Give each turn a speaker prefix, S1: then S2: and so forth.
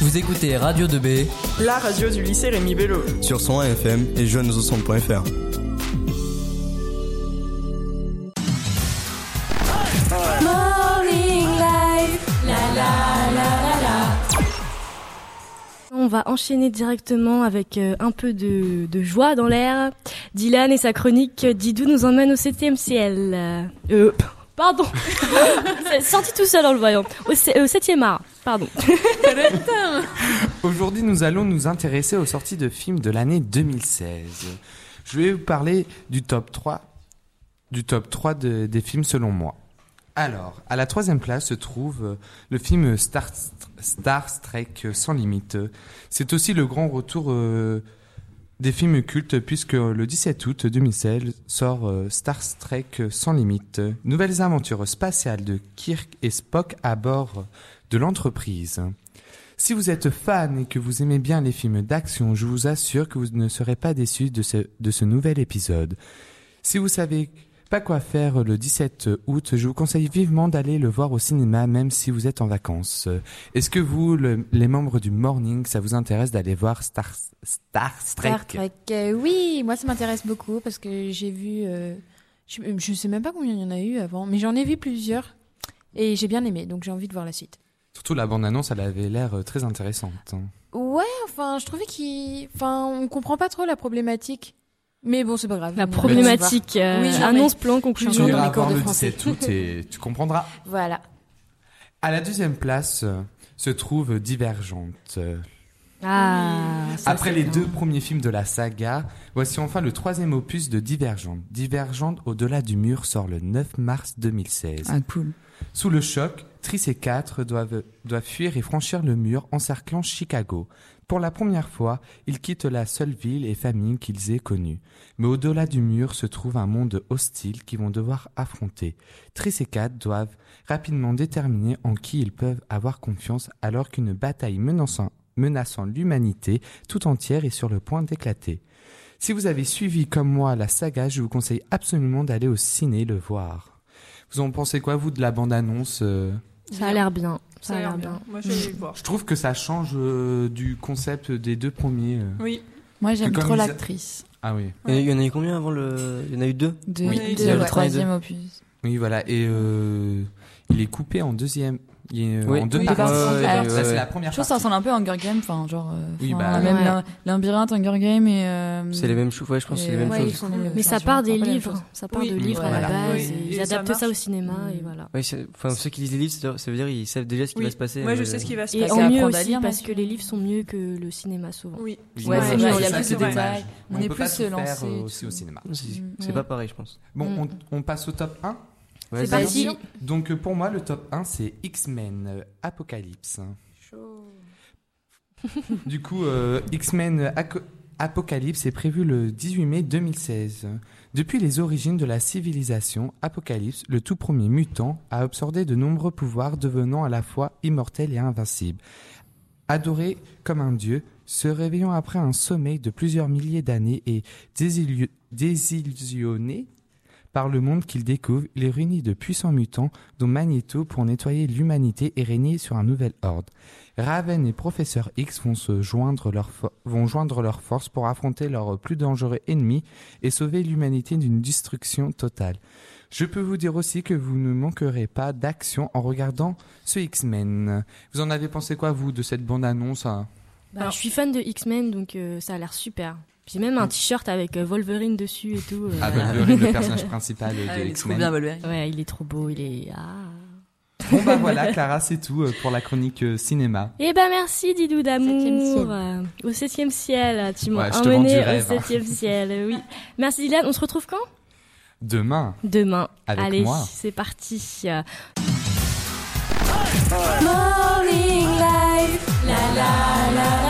S1: Vous écoutez Radio 2B
S2: La radio du lycée Rémi Bello.
S3: sur 101 FM et jeunesaucentre.fr.
S4: On va enchaîner directement avec euh, un peu de, de joie dans l'air. Dylan et sa chronique euh, Didou nous emmène au 7e ciel. Euh, euh, pardon C'est sorti tout seul en le voyant. Au, se- au 7e art, pardon.
S5: Aujourd'hui, nous allons nous intéresser aux sorties de films de l'année 2016. Je vais vous parler du top 3, du top 3 de- des films selon moi. Alors, à la troisième place se trouve euh, le film Star, Star Trek sans limite. C'est aussi le grand retour euh, des films cultes puisque le 17 août 2016 sort euh, Star Trek sans limite. Nouvelles aventures spatiales de Kirk et Spock à bord de l'entreprise. Si vous êtes fan et que vous aimez bien les films d'action, je vous assure que vous ne serez pas déçus de ce, de ce nouvel épisode. Si vous savez pas quoi faire le 17 août, je vous conseille vivement d'aller le voir au cinéma même si vous êtes en vacances. Est-ce que vous, le- les membres du Morning, ça vous intéresse d'aller voir Star, Star Trek
S6: Star Trek. Euh, oui, moi ça m'intéresse beaucoup parce que j'ai vu. euh, je, je sais même pas combien il y en a eu avant, mais j'en ai vu plusieurs et j'ai bien aimé, donc j'ai envie de voir la suite.
S5: Surtout la bande-annonce, elle avait l'air euh, très intéressante. hein.
S6: Ouais, enfin, je trouvais qu'il. Enfin, on comprend pas trop la problématique. Mais bon, c'est pas grave.
S4: La
S6: On va
S4: problématique. euh,
S6: Oui, non, mais-
S4: annonce, plan,
S6: Je
S4: conclusion.
S6: suis en train de- dans mes cours
S5: le
S6: français.
S5: 17 août et tu comprendras.
S6: voir. Voilà.
S5: À la deuxième place euh, se trouve Divergente.
S4: Ah,
S5: Après les deux premiers films de la saga, voici enfin le troisième opus de Divergente. Divergente au-delà du mur sort le 9 mars 2016.
S7: Ah, cool.
S5: Sous le choc, Tris et 4 doivent, doivent fuir et franchir le mur encerclant Chicago. Pour la première fois, ils quittent la seule ville et famille qu'ils aient connue. Mais au-delà du mur se trouve un monde hostile qu'ils vont devoir affronter. Tris et 4 doivent rapidement déterminer en qui ils peuvent avoir confiance alors qu'une bataille menaçant, menaçant l'humanité tout entière est sur le point d'éclater. Si vous avez suivi comme moi la saga, je vous conseille absolument d'aller au ciné le voir. Vous en pensez quoi, vous, de la bande-annonce euh
S4: ça a l'air bien. Ça a l'air bien.
S2: Moi, je vais le voir.
S5: Je trouve que ça change euh, du concept des deux premiers. euh.
S2: Oui.
S6: Moi j'aime
S5: Comme
S6: trop
S5: ils-
S6: l'actrice.
S5: Ah oui.
S3: Et il y en a eu combien avant le. Il y en a eu deux
S7: De,
S2: Oui,
S7: de
S2: de
S7: le
S2: ouais.
S7: troisième opus.
S5: Oui, voilà. Et euh, il est coupé en deuxième. Il est euh,
S3: Oui.
S5: en deux
S7: Oui,
S5: parties.
S7: parce- Ouais,
S5: Ça,
S7: ouais,
S5: c'est
S3: ouais.
S5: la première
S7: Je trouve que ça
S5: partie.
S7: ressemble un peu à Hunger Games, enfin, genre. euh,
S5: Oui,
S7: enfin,
S5: bah,
S7: même
S4: ouais.
S7: la- labyrinthe, Hunger Games et.
S2: Mm.
S7: euh,
S3: C'est les mêmes choses, ouais, je pense que c'est les mêmes
S6: ouais,
S3: choses.
S6: ils font les mêmes
S4: Mais
S6: choses,
S4: ça
S6: je
S4: part
S6: me
S4: des
S6: rappelle la même
S4: livres.
S6: chose.
S4: Ça part
S2: Oui,
S4: de livres à la
S7: voilà.
S4: base.
S2: Oui,
S4: et
S2: et
S4: ils
S2: ça
S4: adaptent ça
S2: marche.
S4: au cinéma
S7: Mm.
S4: et voilà.
S3: Oui, c'est- enfin, ceux qui lisent les livres, ça ça veut dire ils savent déjà ce qui
S2: Oui.
S3: va se passer. hein,
S2: Moi, je
S3: mais-
S2: sais ce qui va se
S4: Et
S7: Parce
S2: passer.
S4: en
S7: qu'apprendre
S4: mieux
S7: à
S4: aussi
S7: lire,
S4: parce
S7: bien
S4: que les livres sont mieux que le cinéma souvent.
S2: Oui.
S7: Ouais,
S5: Oui, voilà.
S7: c'est vrai,
S5: Ça,
S7: il y a plus
S5: c'est
S7: de
S5: dommage.
S7: détails.
S5: On
S7: On est
S5: peut pas
S7: plus
S5: tout faire
S7: lancé et
S5: euh,
S7: tout.
S5: aussi au cinéma.
S3: Non, C'est
S7: Mm.
S3: c'est
S7: Ouais.
S3: pas pareil, je pense.
S5: Bon,
S7: Mm.
S5: on, on passe au top 1.
S3: Ouais, bah,
S4: Vas-y.
S6: parti.
S5: Donc, euh, pour moi, le top 1, c'est X-Men euh, Apocalypse. Du coup, euh, X-Men Aco- Apocalypse est prévu le 18 mai 2016. Depuis les origines de la civilisation, Apocalypse, le tout premier mutant, a absorbé de nombreux pouvoirs devenant à la fois immortel et invincible. Adoré comme un dieu, se réveillant après un sommeil de plusieurs milliers d'années et désillu- désillusionné par le monde qu'il découvre, il réunit de puissants mutants, dont Magneto, pour nettoyer l'humanité et régner sur un nouvel ordre. Raven et Professeur X vont se joindre leurs fo- vont joindre leurs forces pour affronter leur plus dangereux ennemi et sauver l'humanité d'une destruction totale. Je peux vous dire aussi que vous ne manquerez pas d'action en regardant ce X-Men. Vous en avez pensé quoi vous de cette bande-annonce hein
S4: Bah, je suis fan de X-Men donc euh, ça a l'air super. J'ai même un t-shirt avec euh, Wolverine dessus et tout. euh,
S5: Ah,
S4: voilà.
S5: Wolverine, le personnage principal de
S7: Ah, il est trop
S5: X-Men.
S7: bien, Wolverine.
S4: Ouais, il est trop beau, il est. Ah.
S5: Bon bah voilà, Clara, c'est tout euh, pour la chronique euh, cinéma.
S4: Eh ben merci Didou
S6: Septième
S4: d'amour
S6: ciel.
S4: Euh, au septième ciel, tu m'as
S5: Ouais, je te vends
S4: emmené
S5: du
S4: au
S5: rêve, hein.
S4: septième ciel. euh, Oui, merci Dylan. On se retrouve quand
S5: Demain
S4: Demain.
S5: avec
S4: Allez,
S5: moi.
S4: c'est parti. Euh,
S8: Morning Live, la la la la.